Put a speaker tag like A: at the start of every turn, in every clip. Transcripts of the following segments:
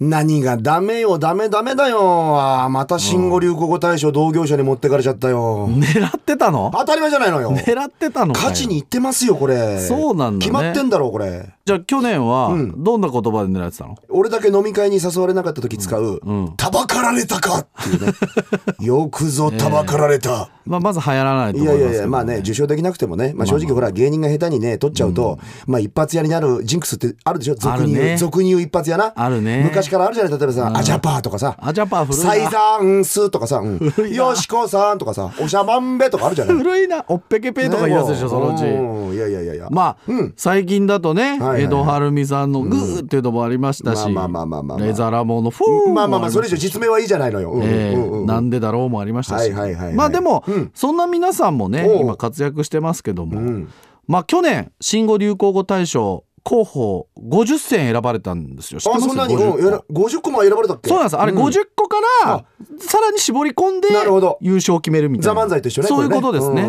A: 何がダメよ、ダメダメだよ。あーまた新語・流行語大賞同業者に持ってかれちゃったよ。
B: 狙ってたの
A: 当たり前じゃないのよ。
B: 狙ってたのかよ
A: 勝ちにいってますよ、これ。
B: そうなんだ
A: 決
B: ね
A: まってんだろう、これ。
B: じゃあ去年は
A: ん
B: どんな言葉で狙ってたの、
A: 俺だけ飲み会に誘われなかった時使う、
B: うん
A: たばかられたかっていう ね。よくぞたばかられた。
B: まあ、まず流行らないと
A: い
B: 思い
A: や
B: ます
A: い
B: けど、
A: やいや、まあね、受賞できなくてもね、まあ正直ほら、芸人が下手にね、取っちゃうと、まあ一発屋になるジンクスってあるでしょ
B: あ
A: 俗
B: る
A: に言
B: ね
A: う、俗に言う一発屋な。
B: あるね
A: 昔からあるじゃない例えばさ、アジャパーとかさ、
B: アジャパー古いな
A: サイザンスとかさ、うん
B: 古いな
A: よしこさんとかさ、おしゃばんべとかある じゃない
B: 古いなおっぺけぺとか言うやつでしょ、そのうち。
A: うんいやいやいやいや。
B: まあ、最近だとね、
A: いはいはい
B: 江戸晴美さんの「グー」っていうのもありましたし、
A: まあまあまあまあまあまあ
B: レザラモの「フォー」
A: まあまあまあ、それ以上
B: 上
A: 実名はいいじゃないのよ。うん
B: ええ
A: うんうん
B: なんでだろうもありましたし、
A: はいはいはいはい
B: まあでも、
A: うん
B: そんな皆さんもね
A: おう
B: 今活躍してますけども、
A: うん
B: まあ去年新語・流行語大賞候補50選選ばれたんですよ知って
A: あ、
B: ます
A: そんなに、
B: 50個
A: うんやら50個も選ばれたっけ
B: そうなんですあれ
A: 五十
B: 50個からさらに絞り込んで
A: なるほど
B: 優勝を決めるみた
A: ザ・
B: いな
A: 漫才と一緒ね。
B: そういう
A: れ
B: ことですね
A: う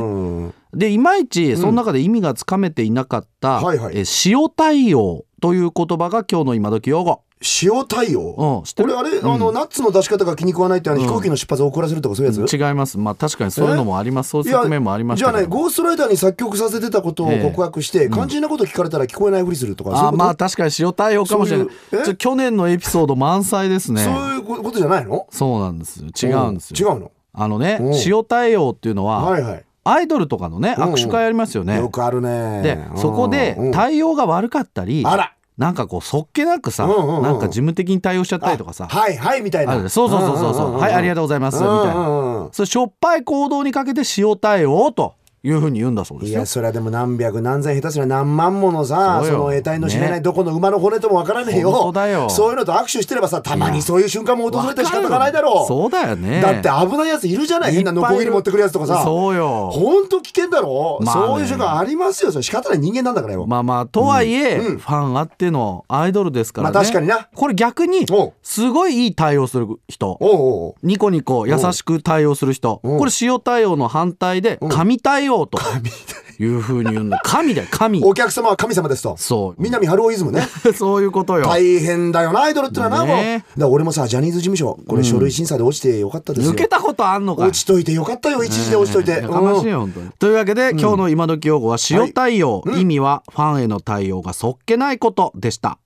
A: ん
B: でいまいちその中で意味がつかめていなかった「
A: はいはい
B: えー塩対応」という言葉が今日の今時用語。
A: 塩対応
B: うん、知って
A: これ
B: る
A: あれ、あのナッツの出し方が気に食わないってあの、
B: うん
A: 飛行機の出発を遅らせるとかそういうやつ、
B: 違います、まあ、確かにそういうのもありますそういう側面もありまし
A: じゃ
B: た
A: あ
B: け
A: ね
B: ど
A: ゴーストライターに作曲させてたことを
B: ええ
A: 告白して、肝心なこと聞かれたら聞こえないふりするとか、そういう
B: あ
A: こと
B: まあ確かに塩対応かもしれない
A: そういうえ
B: ちょ去年のエピソード満載ですね
A: そういうことじゃないの
B: そうなんですよ違うんですよ
A: 違うの
B: あのね
A: うん
B: 塩対応っていうのは、
A: はいはい、
B: アイドルとかのね
A: うんうん
B: 握手会ありますよね、
A: よくあるね
B: でそこで
A: うんうん
B: 対応が悪かったり、
A: あら
B: なんかこうそっけなくさ、
A: うんうんうん
B: なんか事務的に対応しちゃったりとかさ
A: はいはいみたい
B: あ
A: な
B: るそうそうそうそうそうはいありがとうございますみたいな
A: な
B: それしょっぱい行動にかけて塩対応というふうに言うんだそうで
A: い
B: す
A: や
B: よ
A: それはでも何百何千下手すりゃ何万ものさ
B: そう
A: そ
B: よ
A: の得体の知れな
B: ね
A: いどこの馬の骨ともわからねえよ,、
B: 本当だよ
A: そういうのと握手してればさたまにそういう瞬間も訪れて仕方がないだろう
B: そうだよね
A: だって危ないやついるじゃない変なノコギリ持ってくるやつとかさ
B: そうよ
A: ほんと危険だろ、
B: まあね
A: そういう瞬間ありますよそれ仕方ない人間なんだからよ、
B: まあまあとはいえ、
A: うんうん
B: ファンあってのアイドルですからね、
A: まあ確かにな
B: これ逆に
A: おう
B: すごいいい対応する人
A: おうおう
B: ニコニコ優しく対応する人
A: うん
B: これ塩対応の反対で神対応というふうに 言うんだ神だよ神
A: おうお客様は神様ですと
B: そう
A: 南春夫イズムね
B: そういうことよ、
A: 大変だよなアイドルってのはな、もうだ
B: ね
A: から俺もさジャニーズ事務所これ書類審査で落ちてよかったですよ、
B: 抜けたことあんのか
A: 落ちといてよかったよ一時で落ちといて、
B: ええやかましいよ本当にというわけで、今日の今時用語は塩対応、意味はファンへの対応がそっけないことでした